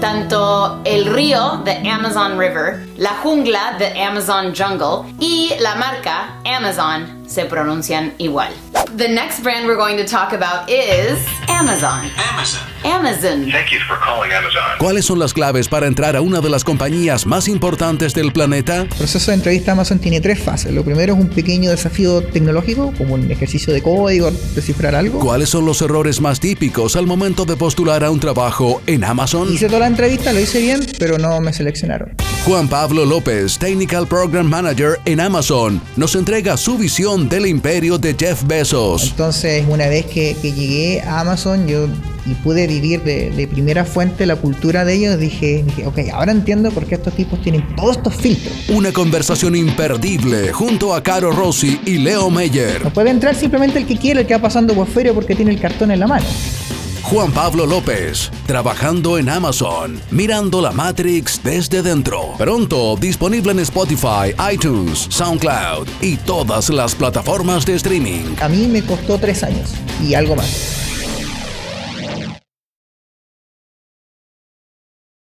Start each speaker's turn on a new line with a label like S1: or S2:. S1: tanto el río, The Amazon River, la jungla, The Amazon Jungle, y la marca, Amazon, se pronuncian igual. The next brand we're going to talk about is Amazon.
S2: Amazon.
S1: Amazon.
S2: Thank you for calling Amazon.
S3: ¿Cuáles son las claves para entrar a una de las compañías más importantes del planeta?
S4: El proceso de entrevista a Amazon tiene tres fases. Lo primero es un pequeño desafío tecnológico, como un ejercicio de código, descifrar algo.
S3: ¿Cuáles son los errores más típicos al momento de postular a un trabajo en Amazon?
S4: Hice toda la entrevista, lo hice bien, pero no me seleccionaron.
S3: Juan Pablo López, Technical Program Manager en Amazon, nos entrega su visión del imperio de Jeff Bezos.
S4: Entonces, una vez que, que llegué a Amazon, yo y pude vivir de, de primera fuente la cultura de ellos, dije, dije, ok, ahora entiendo por qué estos tipos tienen todos estos filtros.
S3: Una conversación imperdible junto a Caro Rossi y Leo Meyer.
S4: No puede entrar simplemente el que quiere, el que va pasando por feria porque tiene el cartón en la mano.
S3: Juan Pablo López, trabajando en Amazon, mirando la Matrix desde dentro. Pronto disponible en Spotify, iTunes, SoundCloud y todas las plataformas de streaming.
S4: A mí me costó tres años y algo más.